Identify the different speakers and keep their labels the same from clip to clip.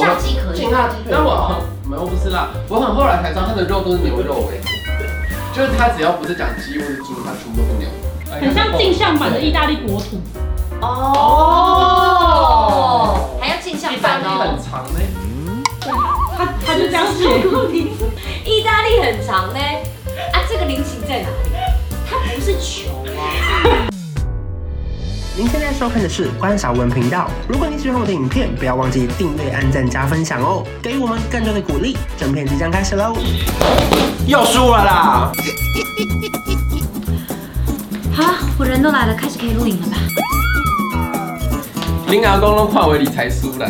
Speaker 1: 可以
Speaker 2: 劲。辣鸡腿
Speaker 3: 但我
Speaker 2: 堡，
Speaker 3: 很没有我不吃辣，我很后来才知道它的肉都是牛肉哎，就是它只要不是讲鸡或是猪，它全部都是牛。
Speaker 4: 很像镜像版的意大利国土，
Speaker 1: 哦，还要镜像
Speaker 3: 意大
Speaker 1: 版
Speaker 3: 利很。
Speaker 1: 哦
Speaker 3: 长呢，
Speaker 4: 它它就这样写。
Speaker 1: 意大利很长呢，啊，这个菱形在哪里？它不是球啊。
Speaker 5: 您现在收看的是关少文频道。如果你喜欢我的影片，不要忘记订阅、按赞、加分享哦，给予我们更多的鼓励。整片即将开始喽！
Speaker 6: 又输了啦！
Speaker 1: 好，我人都来了，开始可以录影了吧？
Speaker 3: 林阿公都化为理财书了。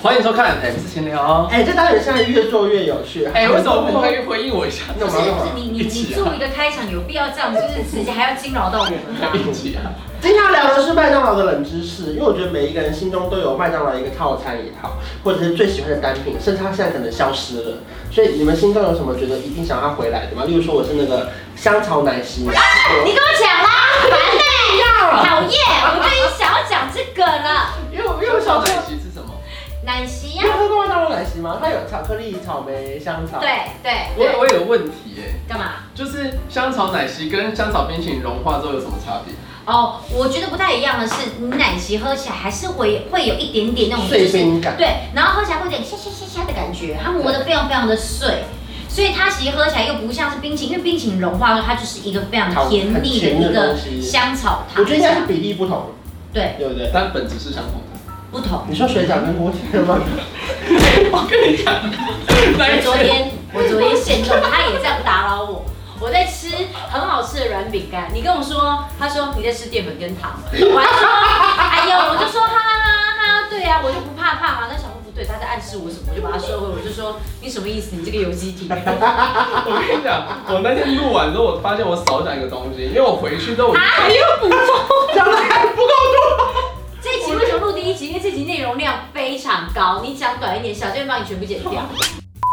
Speaker 3: 欢迎收看，哎，之前聊。
Speaker 2: 哎，这单元现在越做越有趣。
Speaker 3: 哎，为什么不回回应我一下？啊
Speaker 2: 那
Speaker 1: 不
Speaker 2: 我
Speaker 1: 是
Speaker 2: 们要
Speaker 1: 不
Speaker 2: 干
Speaker 1: 是
Speaker 2: 嘛
Speaker 1: 你你你做一个开场有必要这样，就是直接还要惊扰到我们吗？
Speaker 3: 一起啊！
Speaker 2: 今天要聊的是麦当劳的冷知识，因为我觉得每一个人心中都有麦当劳一个套餐也好，或者是最喜欢的单品，甚至它现在可能消失了。所以你们心中有什么觉得一定想要它回来的吗？例如说我是那个香草 奶昔，
Speaker 1: 你跟我讲啦，烦呢，讨厌！我就已经想要讲这个了，
Speaker 2: 因为我因为
Speaker 3: 右
Speaker 2: 我小
Speaker 3: 小奶
Speaker 2: 时候，
Speaker 3: 昔是什么？
Speaker 1: 奶昔
Speaker 2: 你
Speaker 1: 呀
Speaker 2: 有，喝过麦当劳奶昔吗？它有巧克力、草莓、香草。
Speaker 1: 对对，
Speaker 3: 我我有问题哎，
Speaker 1: 干嘛？
Speaker 3: 就是香草奶昔跟香草冰淇淋融化之后有什么差别？
Speaker 1: 哦，我觉得不太一样的是，你奶昔喝起来还是会会有一点点那种
Speaker 2: 碎冰感
Speaker 1: 对，然后喝起来会有点虾虾虾虾的感觉，它磨得非常非常的碎，所以它其实喝起来又不像是冰淇淋，因为冰淇淋融化了，它就是一个非常甜腻的一个香草
Speaker 2: 我
Speaker 1: 糖
Speaker 2: 觉得应该是比例不同，
Speaker 1: 对，
Speaker 2: 对不对？
Speaker 3: 但本质是相同的。
Speaker 1: 不同。
Speaker 2: 你说水饺跟锅贴吗？
Speaker 3: 我跟你讲，
Speaker 1: 我昨天我昨天现弄，他也这样打扰我。我在吃很好吃的软饼干，你跟我说，他说你在吃淀粉跟糖，我还说，哎呦，我就说哈哈哈哈，对啊，我就不怕怕嘛。那想说不对，他在暗示我什么，我就把他收回，我就说你什么意思？你这个有机体。
Speaker 3: 我跟你讲，我那天录完之后，我发现我少讲一个东西，因为我回去之后我就
Speaker 1: 啊，你又补充。
Speaker 2: 讲的还不够多。
Speaker 1: 这一集为什么录第一集？因为这集内容量非常高，你讲短一点，小娟帮你全部剪掉。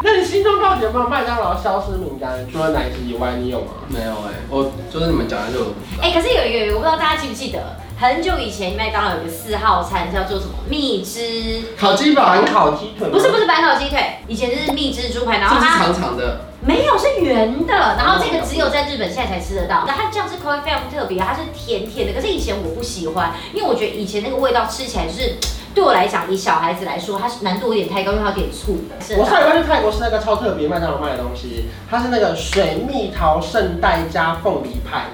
Speaker 2: 那你心中到底有没有麦当劳消失名单？除了奶昔以外，你有吗？
Speaker 3: 没有哎，我就是你们讲的就有
Speaker 1: 哎、可是有一个，我不知道大家记不记得，很久以前麦当劳有个四号餐叫做什么蜜汁。
Speaker 2: 烤鸡堡跟烤鸡腿吗
Speaker 1: 不是不是板烤鸡腿，以前就是蜜汁猪排，然
Speaker 3: 这
Speaker 1: 后
Speaker 3: 是
Speaker 1: 它
Speaker 3: 长长的，
Speaker 1: 没有是圆的，然后这个只有在日本现在才吃得
Speaker 2: 嗯
Speaker 1: 到。然后它酱汁口味非常特别，它是甜甜的，可是以前我不喜欢，因为我觉得以前那个味道吃起来就是。对我来讲，以小孩子来说，它是难度有点太高，因为它有点醋。是
Speaker 2: 我上礼拜去泰国吃那个超特别麦当劳卖的东西，它是那个水蜜桃圣代加凤梨派。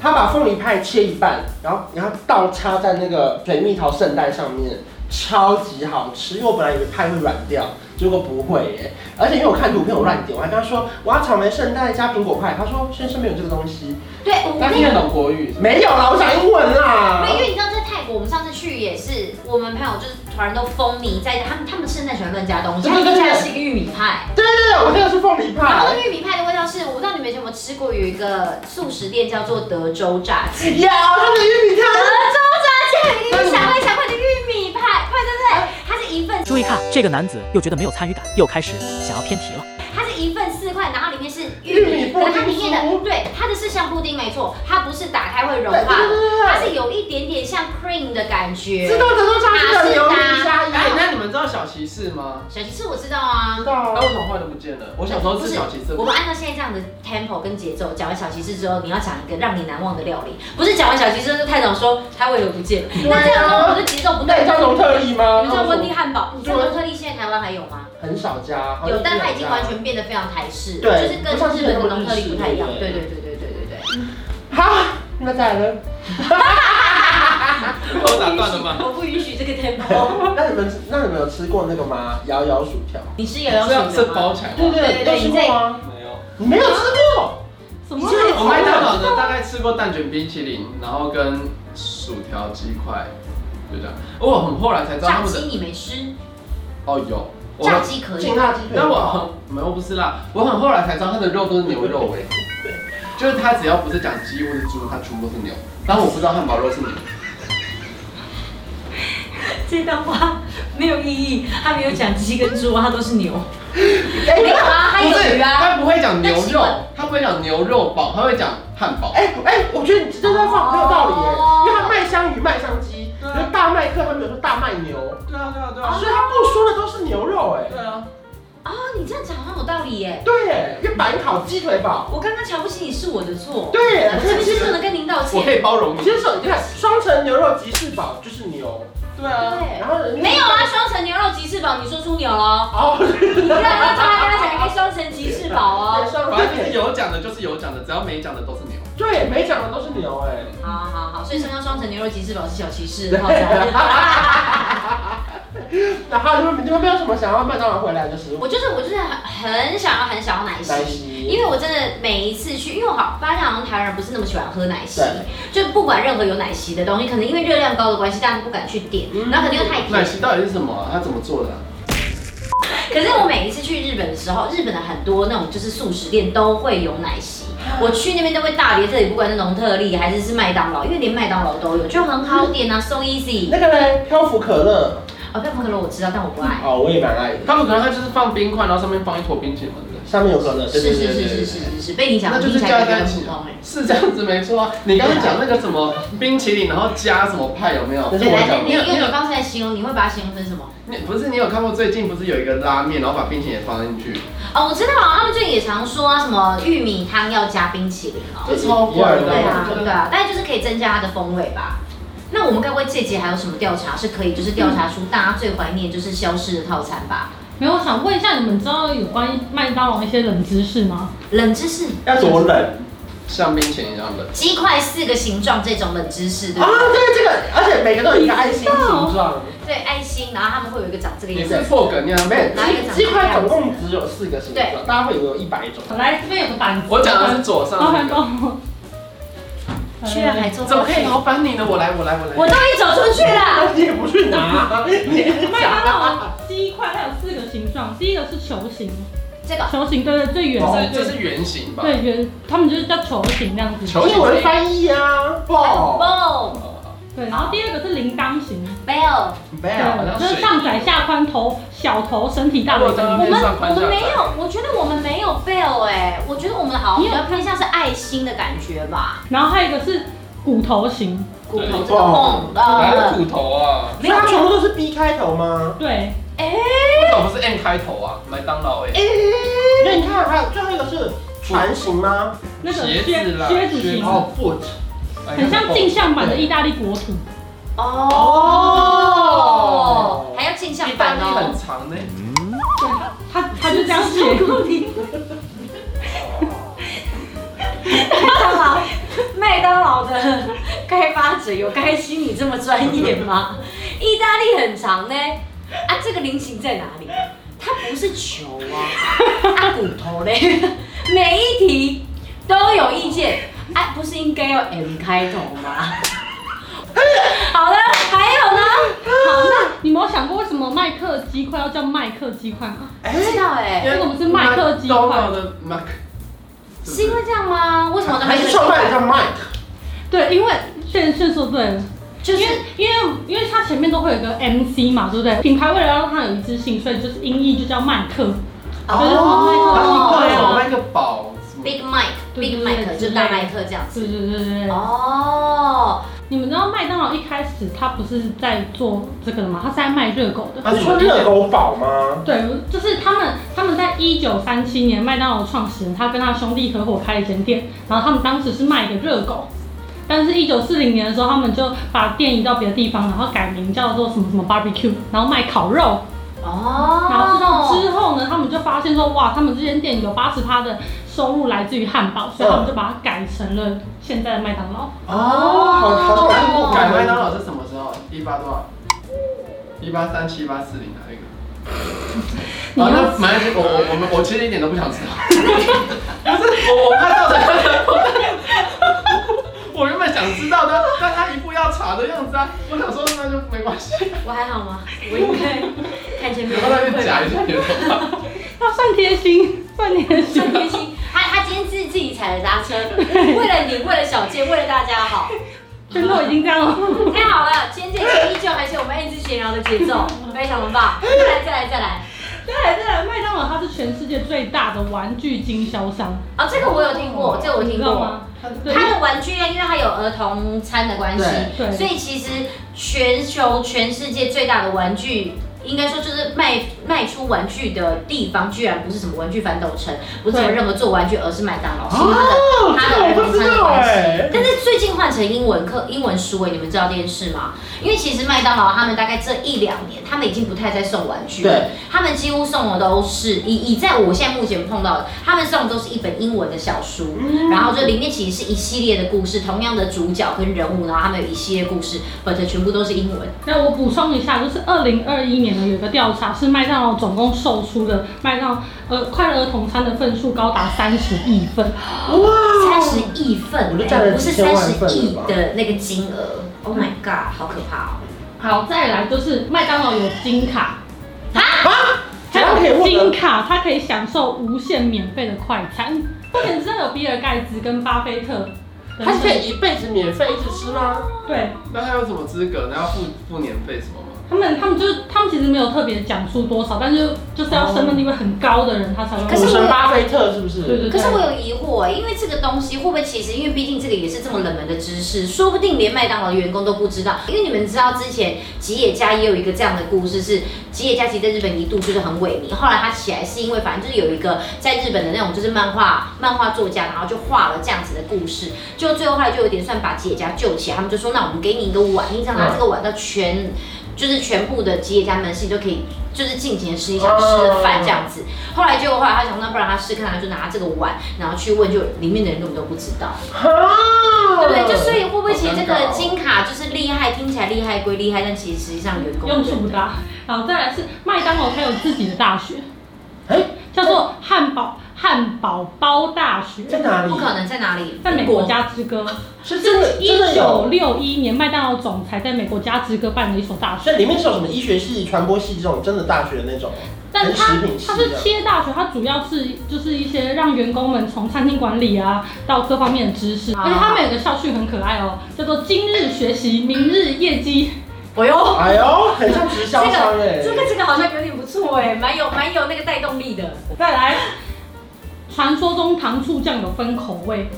Speaker 2: 他把凤梨派切一半，然后然后倒插在那个水蜜桃圣代上面，超级好吃。因为我本来以为派会软掉，结果不会耶。而且因为我看图片我乱点，我还跟他说我要草莓圣代加苹果派，他说先生没有这个东西，
Speaker 1: 对，我
Speaker 3: 那
Speaker 1: 跟
Speaker 3: 听
Speaker 1: 你
Speaker 3: 得懂国语？
Speaker 2: 没有啦，我讲英文啦
Speaker 1: 对，。因为你知道在泰国，我们上次去也是，我们朋友就是突然都风靡在他们，他们圣诞喜欢乱加东西，他
Speaker 2: 对对
Speaker 1: 们
Speaker 2: 对
Speaker 1: 加的是一个玉米派。
Speaker 2: 对对对，我现在是凤梨
Speaker 1: 然后
Speaker 2: 派。
Speaker 1: 玉米派的味道是，我不知道你们有没有吃过，有一个素食店叫做德州炸鸡。
Speaker 2: 有它的玉米
Speaker 1: 德州炸
Speaker 2: 汤。
Speaker 1: 鸡
Speaker 2: 哎
Speaker 1: 很小块小块的玉米派，派对不对？它是一份，
Speaker 7: 注意看，这个男子又觉得没有参与感，又开始想要偏题了。
Speaker 1: 它是一份四块，然后里面是玉米，
Speaker 2: 玉米布
Speaker 1: 可它里面的
Speaker 2: 丁
Speaker 1: 对它的是像布丁没错，它不是打开会融
Speaker 2: 对
Speaker 1: 化
Speaker 2: 对对
Speaker 1: 的，
Speaker 2: 对
Speaker 1: 它是有一点点像 cream 的感觉。
Speaker 2: 知道德州炸鸡的鱿鱼加
Speaker 3: 哎，
Speaker 2: 鸭。
Speaker 3: 那你们知道小骑士吗？
Speaker 1: 小鸡翅我知道啊
Speaker 2: 知。道
Speaker 3: 那
Speaker 2: 啊
Speaker 3: 为什么后来都不见了？我小时候吃小骑士，
Speaker 1: 我们按照现在这样的 tempo 跟节奏，讲完小骑士之后，你要讲一个让你难忘的料理，不是讲完小骑士就太早说他为何不见了，那这样的话我的节奏不
Speaker 2: 啊那
Speaker 1: 对。
Speaker 2: 你知道农特利吗？
Speaker 1: 你知道温蒂汉堡，你知道
Speaker 2: 对
Speaker 1: 蒙特利现在台湾还有吗？
Speaker 2: 很少加，好像
Speaker 1: 哦有，但它已
Speaker 2: 没
Speaker 1: 经
Speaker 2: 有加
Speaker 1: 完。全变得非常台式，
Speaker 2: 对
Speaker 1: 就是跟日本的农特利不太一样。对对对对对对对。
Speaker 2: 好，那再来呢？
Speaker 3: 我打断了吗？
Speaker 1: 我不允许这个 tempo。
Speaker 2: 那你们那你们有吃过那个吗？摇摇薯条？
Speaker 1: 你是摇摇
Speaker 3: 是要
Speaker 1: 薯
Speaker 3: 是
Speaker 1: 条
Speaker 3: 包
Speaker 1: 吗？
Speaker 3: 起来
Speaker 2: 对
Speaker 3: 吗？
Speaker 2: 对
Speaker 1: 对
Speaker 2: 对，
Speaker 1: 对
Speaker 2: 有吃过啊吗？
Speaker 3: 没有。
Speaker 2: 你没有吃过？
Speaker 4: 什么？
Speaker 3: 我麦当劳的大概吃过蛋卷冰淇淋，然后跟薯条鸡块，就这样。哦我很后来才知道他
Speaker 1: 炸
Speaker 3: 们
Speaker 1: 鸡
Speaker 3: 的
Speaker 1: 你没吃？
Speaker 3: 哦有，我
Speaker 1: 炸鸡可以
Speaker 2: 劲。辣鸡腿堡。
Speaker 3: 但我很没有不是啦，我很后来才知道它的肉都是牛肉哎，就是它只要不是讲鸡或是猪，它全部都是牛。但我不知道汉堡肉是牛，
Speaker 1: 啊这段话没有意义，他没有讲鸡跟猪啊，他都是牛。
Speaker 2: 哎
Speaker 1: 没有啊，他
Speaker 3: 不
Speaker 1: 有
Speaker 3: 是
Speaker 1: 鱼啊。
Speaker 3: 它不会讲牛
Speaker 1: 那奇哎
Speaker 3: 肉
Speaker 1: 怪，
Speaker 3: 它不会讲牛肉堡，它会讲汉堡。
Speaker 2: 哎哎，我觉得你这段话很有道理耶
Speaker 1: 哦，
Speaker 2: 因为它麦香鱼、麦香鸡，
Speaker 3: 对
Speaker 2: 因为
Speaker 3: 啊，
Speaker 2: 大麦克他们有说大麦牛，
Speaker 3: 对啊，对啊，对啊，
Speaker 2: 所以他不说的都是牛肉哎、
Speaker 3: 对啊，
Speaker 1: 哦，你这样讲好像有道理耶。
Speaker 2: 对耶，因为白烤鸡腿堡，
Speaker 1: 我刚刚瞧不起你是我的错，
Speaker 2: 对耶，
Speaker 1: 我这边是不能跟您道
Speaker 3: 我可
Speaker 1: 歉。
Speaker 3: 以包容你。
Speaker 2: 其实你看双层牛肉吉士堡就是牛，
Speaker 3: 对啊，
Speaker 1: 对
Speaker 2: 然，后人家
Speaker 1: 没有啊，双层牛肉吉士堡，你说出牛了。
Speaker 2: 哦，
Speaker 1: 你看，大家讲一个双层吉士堡 哦。
Speaker 3: 反正就是
Speaker 2: 对
Speaker 3: 有讲的就是有讲的，只要没讲的都是牛。
Speaker 2: 对，没讲的都是牛哎、
Speaker 1: 好好好，所以刚刚双层牛肉吉士堡是小骑士， 好的。
Speaker 2: 然后你们你们没有什么想要麦当劳回来的食物？
Speaker 1: 我就是我就是很想要很想要奶
Speaker 2: 奶
Speaker 1: 昔。因
Speaker 2: 昔，
Speaker 1: 为我真的每一次去，因为我好发现好像台湾人不是那么喜欢喝奶昔
Speaker 2: 对，
Speaker 1: 就不管任何有奶昔的东西，可能因为热量高的关系，大家都不敢去点，然后可能又太
Speaker 3: 奶
Speaker 1: 甜。
Speaker 3: 昔到底是什么啊？它怎么做的啊？
Speaker 1: 可是我每一次去日本的时候，日本的很多那种就是素食店都会有奶昔，我去那边都会大叠特里，不管是农特利还是是麦当劳，因为连麦当劳都有，就很好点啊，so easy。
Speaker 2: 那个嘞，漂浮可乐，
Speaker 1: 哦，不要可乐我知道，但我不爱。
Speaker 2: 哦，我也蛮爱的，
Speaker 3: 他们可能它就是放冰块，然后上面放一坨冰淇淋嘛，对不对？
Speaker 2: 上面有可乐，
Speaker 1: 是
Speaker 2: 对对
Speaker 1: 是
Speaker 2: 对
Speaker 1: 是
Speaker 2: 对
Speaker 1: 是
Speaker 2: 对
Speaker 1: 是
Speaker 2: 对。
Speaker 1: 是是，被你讲
Speaker 3: 那
Speaker 1: 的
Speaker 3: 就是
Speaker 1: 听起
Speaker 3: 加
Speaker 1: 来就
Speaker 3: 在一
Speaker 1: 很普
Speaker 3: 起啊
Speaker 1: 通哎。，
Speaker 3: 是这样子没错啊。你刚才讲那个什么冰淇淋，然后加什么派有没有？
Speaker 2: 那是
Speaker 1: 对，啊
Speaker 2: 我
Speaker 1: 来来，
Speaker 2: 讲
Speaker 1: 你
Speaker 3: 的
Speaker 1: 用你刚才形容，你会把它形容成什么？
Speaker 3: 你不是你有看过最近不是有一个拉面，然后把冰淇淋也放进去，
Speaker 1: 哦，我知道，他们最近也常说啊，什么玉米汤要加冰淇淋哦。
Speaker 3: 这超怪的
Speaker 1: 对啊，对
Speaker 3: 啊。
Speaker 1: 啊，但就是可以增加它的风味吧。那我们该不会这集还有什么调查是可以，就是调查出大家最怀念就是消失的套餐吧？
Speaker 4: 没有，我想问一下，你们知道有关麦当劳一些冷知识吗？
Speaker 1: 冷知识，
Speaker 2: 要多冷
Speaker 3: 像冰淇淋一样的，
Speaker 1: 鸡块四个形状这种冷知识，对
Speaker 2: 啊
Speaker 1: 不对？！
Speaker 2: 对这个，而且每个都有一个爱心形状，
Speaker 1: 对，爱心，然后他们会有一个长这个
Speaker 3: 你
Speaker 1: 样
Speaker 3: 是
Speaker 1: 子。
Speaker 3: 破梗，你还
Speaker 2: 没
Speaker 3: 没
Speaker 2: 有
Speaker 1: 哪一个长
Speaker 2: 鸡鸡块总共只有四个形状，大家会以为有一百种。
Speaker 4: 本来这边有个板子，
Speaker 3: 我讲的是左上
Speaker 4: 老板
Speaker 3: 那个。
Speaker 4: 帮我，
Speaker 1: 居然还做
Speaker 3: 怎么可以老板你呢？我来，我来，我来。哦
Speaker 1: 我都已走出去了。
Speaker 2: 但啊你也不去拿，你也不
Speaker 4: 麦
Speaker 2: 想
Speaker 4: 当劳鸡块它有四个形状，第一个是球形，
Speaker 1: 这个
Speaker 4: 球形对对最圆
Speaker 3: 这
Speaker 4: 的，
Speaker 3: 是哦这是圆形吧？
Speaker 4: 对圆，他们就是叫球形那样子。
Speaker 3: 球
Speaker 2: 英
Speaker 3: 形
Speaker 2: 文翻译啊，
Speaker 3: 哦
Speaker 2: 爆
Speaker 1: boom
Speaker 4: 对，然后第二个是铃铛形，
Speaker 1: bell，
Speaker 2: 哎
Speaker 3: 没有，好
Speaker 4: 对，
Speaker 3: 像
Speaker 4: 就是
Speaker 3: 水
Speaker 4: 上窄下宽头，小头身体大的
Speaker 3: 我知道
Speaker 1: 我
Speaker 4: 那
Speaker 1: 们
Speaker 4: 个。
Speaker 1: 我们没有，我觉得我们没有 bell 哎，我觉得我们好像比较偏向是爱心的感觉吧，
Speaker 4: 然后还有一个是骨头形，
Speaker 1: 骨头这个 boom，
Speaker 3: 哪
Speaker 1: 呃
Speaker 3: 是，骨头啊？
Speaker 2: 所以它全部都是 B 开头吗？
Speaker 4: 对，
Speaker 1: 哎。
Speaker 3: 为什么不是 M 开头啊？麦当劳哎。
Speaker 2: 因为你看，还有最后一个是船型吗？
Speaker 4: 那个
Speaker 3: 鞋
Speaker 4: 靴
Speaker 3: 子啦
Speaker 4: 靴子
Speaker 3: 靴子，哎
Speaker 4: 形
Speaker 2: 哦，foot，
Speaker 4: 很像镜像版的意大利国土。
Speaker 1: 哦，还要镜像
Speaker 3: 意大
Speaker 1: 版
Speaker 3: 利
Speaker 1: 哦
Speaker 3: 很。长呢。
Speaker 4: 对，他他就这样写。
Speaker 1: 麦当 劳，麦当劳的开发者有开心你这么专业 吗？意大利很长呢，啊，这个菱形在哪里？它不是球 啊，啊，骨头嘞， 每一题都有意见，啊，不是应该要 M 开头 吗？好了，还有呢？好，那
Speaker 4: 你没有想过为什么麦克鸡块要叫麦克鸡块吗？
Speaker 1: 不知道哎、
Speaker 4: 因为我们是麦克鸡块
Speaker 3: 麦当劳的麦克，
Speaker 1: 是因为这样吗？为什么呢？
Speaker 2: 哎还是创办人叫 Mike？
Speaker 4: 对，因为炫炫说对了，
Speaker 1: 就是
Speaker 4: 因为因为因为它前面都会有一个 MC 嘛，对不对？品牌为了让它有一致性，所以就是音译就叫麦克，就是什么麦克鸡块
Speaker 3: 对，我
Speaker 4: 啊，
Speaker 3: 那个宝什么
Speaker 1: Big Mike，Big Mike 就是大麦克这样子。
Speaker 4: 对对对对对。
Speaker 1: 哦，
Speaker 4: 你们知道麦当劳一开始它不是在做这个的吗？它是在卖热狗的。
Speaker 3: 它
Speaker 2: 你说热狗堡吗？
Speaker 4: 对，就是他们，他们在一九三七年，麦当劳创始人他跟他兄弟合伙开了一间店，然后他们当时是卖的热狗，但是，一九四零年的时候，他们就把店移到别的地方，然后改名叫做什么什么 barbecue，然后卖烤肉，
Speaker 1: 哦，
Speaker 4: 然后知道之后呢，他们就发现说，哇，他们这间店有八十趴的收入来自于汉堡，所以他们就把它改成了现在的麦当劳。
Speaker 2: 哦，好，好像我看过
Speaker 3: 改
Speaker 2: 改
Speaker 3: 麦
Speaker 2: 麦
Speaker 3: 当
Speaker 2: 当
Speaker 3: 劳是什么时候？一八多少？一八三七、一八四零哪一个？
Speaker 4: 你
Speaker 3: 啊，
Speaker 4: 要
Speaker 3: 那反正我我我们我其实一点都不想 知道，不是我我看到的，我原本想知道的，但他一副要查的样子啊，我想说那就没关 系，
Speaker 1: 我还好 吗？我应该看前面
Speaker 3: 然后他就夹一下你的头发，
Speaker 4: 要算贴心，算贴心
Speaker 1: 算。贴心，他他今天自自己踩了刹车，为了你，为了小健，为了大家好，
Speaker 4: 真的已经这样了。
Speaker 1: 太好了！今天这集依旧还是我们一直闲聊的节奏，非常的棒！再来再来再来！
Speaker 4: 对对，麦当劳它是全世界最大的玩具经销商。
Speaker 1: 哦啊，这个我有听过，这个我听
Speaker 4: 你知道
Speaker 1: 过
Speaker 4: 吗。对
Speaker 1: 它的玩具量，因为它有儿童餐的关系，
Speaker 4: 对
Speaker 1: 所以其实全球全世界最大的玩具。应该说，就是卖卖出玩具的地方，居然不是什么玩具反斗城，不是什么
Speaker 4: 对
Speaker 1: 任何做玩具，而是麦
Speaker 4: 啊
Speaker 1: 当劳，是
Speaker 2: 哦
Speaker 1: 它的它的儿
Speaker 2: 这我
Speaker 1: 童餐
Speaker 2: 不知
Speaker 1: 的
Speaker 2: 道
Speaker 1: 关系。
Speaker 2: 哎。
Speaker 1: 但是最近换成英文课、英文书哎，你们知道这件事吗？因为其实麦当劳他们大概这一两年，他们已经不太再送玩具了
Speaker 2: 对，
Speaker 1: 他们几乎送的都是以以在我现在目前碰到的，他们送的都是一本英文的小书，
Speaker 2: 嗯
Speaker 1: 然后这里面其实是一系列的故事，同样的主角跟人物，然后他们有一系列故事，but 全部都是英
Speaker 2: 哦
Speaker 1: 文。
Speaker 4: 那我补充一下，就是二零二一年呢，有一个调查是麦当劳总共售出的麦当劳呃快乐儿童餐的份数高达三十亿份，
Speaker 1: 三十亿份，欸
Speaker 2: 我就占了
Speaker 1: 不是
Speaker 2: 几千
Speaker 1: 三
Speaker 2: 万
Speaker 1: 十
Speaker 2: 份
Speaker 1: 亿
Speaker 2: 了吧
Speaker 1: 的那个金额，Oh my god，好可怕哦！
Speaker 4: 好，再来就是麦当劳有金卡，
Speaker 2: 怎样可以
Speaker 4: 有
Speaker 2: 获
Speaker 4: 金
Speaker 2: 得？
Speaker 4: 卡，它可以享受无限免费的快餐。不仅知道有比尔盖茨跟巴菲特，
Speaker 2: 它是可以一辈子免费一直吃吗？
Speaker 4: 对
Speaker 3: 那他有什么资格？那要付付年费什么吗？
Speaker 4: 他们，他们就是他们其实没有特别讲出多少，但是就是要身份地位很高的人，他才会。
Speaker 1: 可是
Speaker 2: 股
Speaker 1: 我
Speaker 2: 神巴菲特是
Speaker 4: 对
Speaker 2: 不是？
Speaker 4: 对对，
Speaker 1: 可是我有疑惑欸，因为这个东西会不会其实，因为毕竟这个也是这么冷门的知识，说不定连麦当劳的员工都不知道。因为你们知道之前吉野家也有一个这样的故事是，吉野家其实在日本一度就是很萎靡，后来他起来是因为反正就是有一个在日本的那种就是漫画漫画作家，然后就画了这样子的故事，就最后后来就有点算把吉野家救起来，他们就说那我们给你一个碗，你只要拿这个碗到全。就是全部的吉野家门市都可以，就是尽情的吃你想吃的饭这样子。后来结果后来他想，那不然他试看，他就拿这个碗，然后去问，就里面的人根本都不知道，对
Speaker 2: 对
Speaker 1: 不对？就所以会不会其实
Speaker 3: 好
Speaker 1: 这
Speaker 3: 尴
Speaker 1: 个
Speaker 3: 尬哦
Speaker 1: 金卡就是厉害，听起来厉害归厉害，但其实实际上员工
Speaker 4: 用处不。 大。然后再来是麦当劳，它有自己的大学，
Speaker 2: 哎
Speaker 4: 叫做汉堡汉堡包大学，
Speaker 2: 在哪里
Speaker 1: 不？可能在哪里？
Speaker 4: 在美国家芝哥。
Speaker 2: 是真
Speaker 4: 这是
Speaker 2: 的真
Speaker 4: 一
Speaker 2: 的
Speaker 4: 九
Speaker 2: 有。
Speaker 4: 六一年麦当劳总裁在美国加芝哥办的一所大
Speaker 2: 所以
Speaker 4: 学，
Speaker 2: 里面是有什么医学系、传播系这种真的大学的那种？
Speaker 4: 但
Speaker 2: 跟
Speaker 4: 它
Speaker 2: 食品系
Speaker 4: 它
Speaker 2: 这
Speaker 4: 是
Speaker 2: 样
Speaker 4: 企业大学，它主要是就是一些让员工们从餐厅管理啊到各方面的知识，
Speaker 1: 啊
Speaker 4: 而且他们有个校训很可爱哦，叫做今日学习，明日业绩。
Speaker 1: 哎呦，
Speaker 2: 哎呦，很像直销商哎。
Speaker 1: 这个这个好像有点不错哎，蛮有蛮有那个带动力的。
Speaker 4: 再来，传说中糖醋酱有分口味，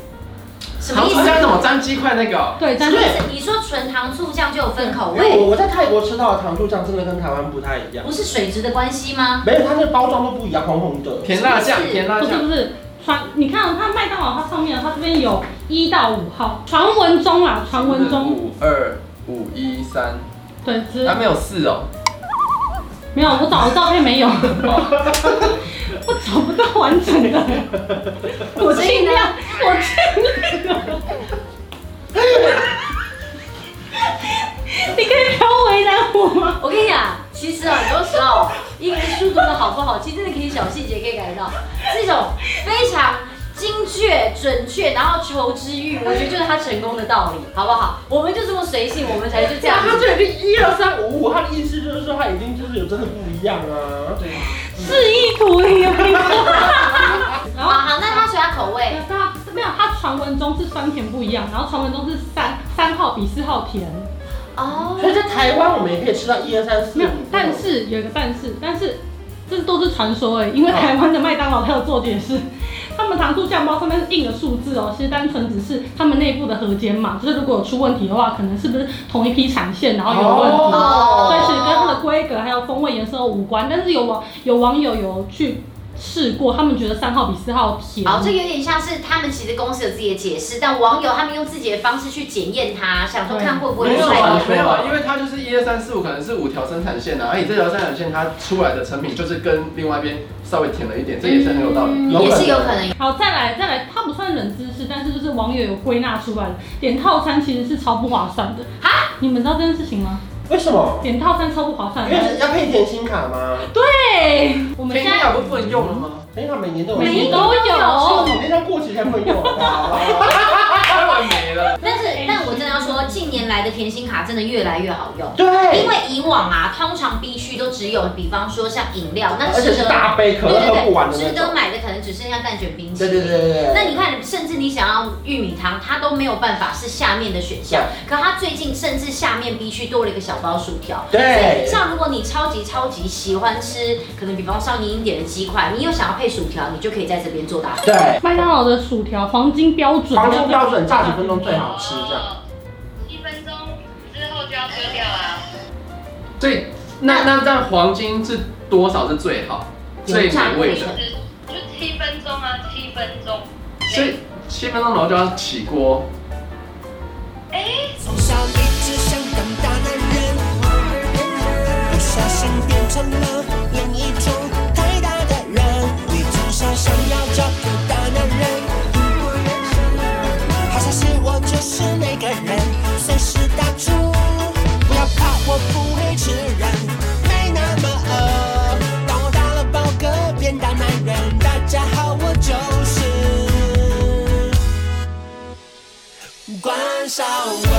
Speaker 1: 什么
Speaker 3: 糖
Speaker 1: 意
Speaker 3: 醋
Speaker 1: 思？
Speaker 3: 酱怎么沾鸡块那个哦？
Speaker 4: 对，但
Speaker 1: 什
Speaker 4: 是
Speaker 1: 么意思？你说纯糖醋酱就有分口
Speaker 2: 因为我
Speaker 1: 味，
Speaker 2: 我在泰国吃到的糖醋酱真的跟台湾不太一样，
Speaker 1: 不是水质的关系吗？
Speaker 2: 没有，它那个包装都不一样，红红的。
Speaker 3: 甜辣酱
Speaker 1: 什么，意思
Speaker 3: 甜辣
Speaker 4: 不是
Speaker 3: 酱。
Speaker 4: 不是传，你看哦它麦当劳它上面它这边有一到五号，传闻中啦，传闻中，
Speaker 3: 五二五一三，
Speaker 4: 对，只
Speaker 3: 还没有四哦。
Speaker 4: 没有，我找的照片没有， 我找不到完整的，我尽量，我尽量。你可以不要为难我吗？
Speaker 1: 我跟你讲，其实很多时候，一个书读的好不好，其实真的可以小细节可以感觉到，这种非常精确、准确，然后求知欲，我觉得就是他成功的道理，好不好？我们就这么随性，我们才就 这样
Speaker 2: 那它
Speaker 1: 子。
Speaker 2: 这里是一二三五五，它的意思就是说它已经就是有真的不一样啊。对，
Speaker 4: 示意图你有没有？然
Speaker 1: 好
Speaker 4: 后。
Speaker 1: 好，那他随他口味，
Speaker 4: 它没有，它传闻中是酸甜不一样，然后传闻中是三三号比四号甜，
Speaker 1: 哦，
Speaker 2: 所以在台湾我们也可以吃到一二三四
Speaker 4: 没
Speaker 2: 五
Speaker 4: 有。，但是有一个但是，但是这都是传说哎、因为台湾的麦当劳它有做解释，他们糖醋酱包上面是印的数字哦、其实单纯只是他们内部的核监嘛，就是如果有出问题的话，可能是不是同一批产线然后有问题，
Speaker 1: 哦
Speaker 4: 所以其实跟它的规格还有风味颜色无关，但是有网有网友有去试过，他们觉得三号比四号甜，
Speaker 1: 好，这有点像是他们其实公司有自己的解释，但网友他们用自己的方式去检验它，想说看会不会
Speaker 3: 没
Speaker 1: 不
Speaker 3: 有
Speaker 1: 太一
Speaker 3: 啊
Speaker 1: 样，。
Speaker 3: 没有啊，因为它就是一二三四五，可能是五条生产线啊。而你这条生产线它出来的成品就是跟另外一边稍微甜了一点，这也是很有道理。
Speaker 1: 嗯也是有可能。
Speaker 4: 好，再来再来，它不算冷知识，但是就是网友有归纳出来的，点套餐其实是超不划算的。哈，你们知道这件事情吗？
Speaker 2: 为什么？
Speaker 4: 点套餐超不划算
Speaker 2: 因为
Speaker 4: 的。
Speaker 2: 要配甜心卡吗？
Speaker 4: 对，我们
Speaker 3: 甜
Speaker 4: 现
Speaker 3: 心
Speaker 4: 在
Speaker 3: 卡不不能用了 吗？
Speaker 2: 甜心卡每年都有，
Speaker 4: 每年
Speaker 1: 年
Speaker 4: 都
Speaker 1: 都
Speaker 4: 有
Speaker 1: 有。
Speaker 2: 你那张过期才会用啊好不好。
Speaker 3: 哎当然没了。
Speaker 1: 但是，但我真的要说，近年来的甜心卡真的越来越好用。
Speaker 2: 对
Speaker 1: 因为以往啊，通常必须都只有，比方说像饮料，那
Speaker 2: 而且
Speaker 1: 值
Speaker 2: 是
Speaker 1: 得
Speaker 2: 大杯，可
Speaker 1: 对
Speaker 2: 乐
Speaker 1: 对
Speaker 2: 喝不完的
Speaker 1: 对，值
Speaker 2: 那
Speaker 1: 得
Speaker 2: 种。
Speaker 1: 买的可能只剩下蛋卷冰淇
Speaker 2: 对
Speaker 1: 淋。
Speaker 2: 对对对对。
Speaker 1: 那你看，甚至你想要玉米汤，它都没有办法是下面的选项。可它最近甚至下面必须多了一个小包薯条。
Speaker 2: 对
Speaker 1: 所以像如果你超级超级喜欢吃，可能比方少年一点的鸡块，你又想要配薯条，你就可以在这边做搭配。
Speaker 2: 对，
Speaker 4: 麦当劳的薯条黄金标准，
Speaker 2: 黄金标准炸几分钟最好吃，这样。
Speaker 8: 一分钟之后就要喝掉啊。
Speaker 3: 所以那那这样黄金是多少是最好最美味的？
Speaker 8: 就是就七分钟啊，七分钟。
Speaker 3: 所以七分钟然后就要起锅，
Speaker 9: 从小立志想当大男人，不小心变成了另一种太大的人。你从小想要找个大男人，好像是我就是那个人，随时打住，不要怕我不会吃人，没那么饿。当我打了饱嗝变大男人，大家好，我就是关少文。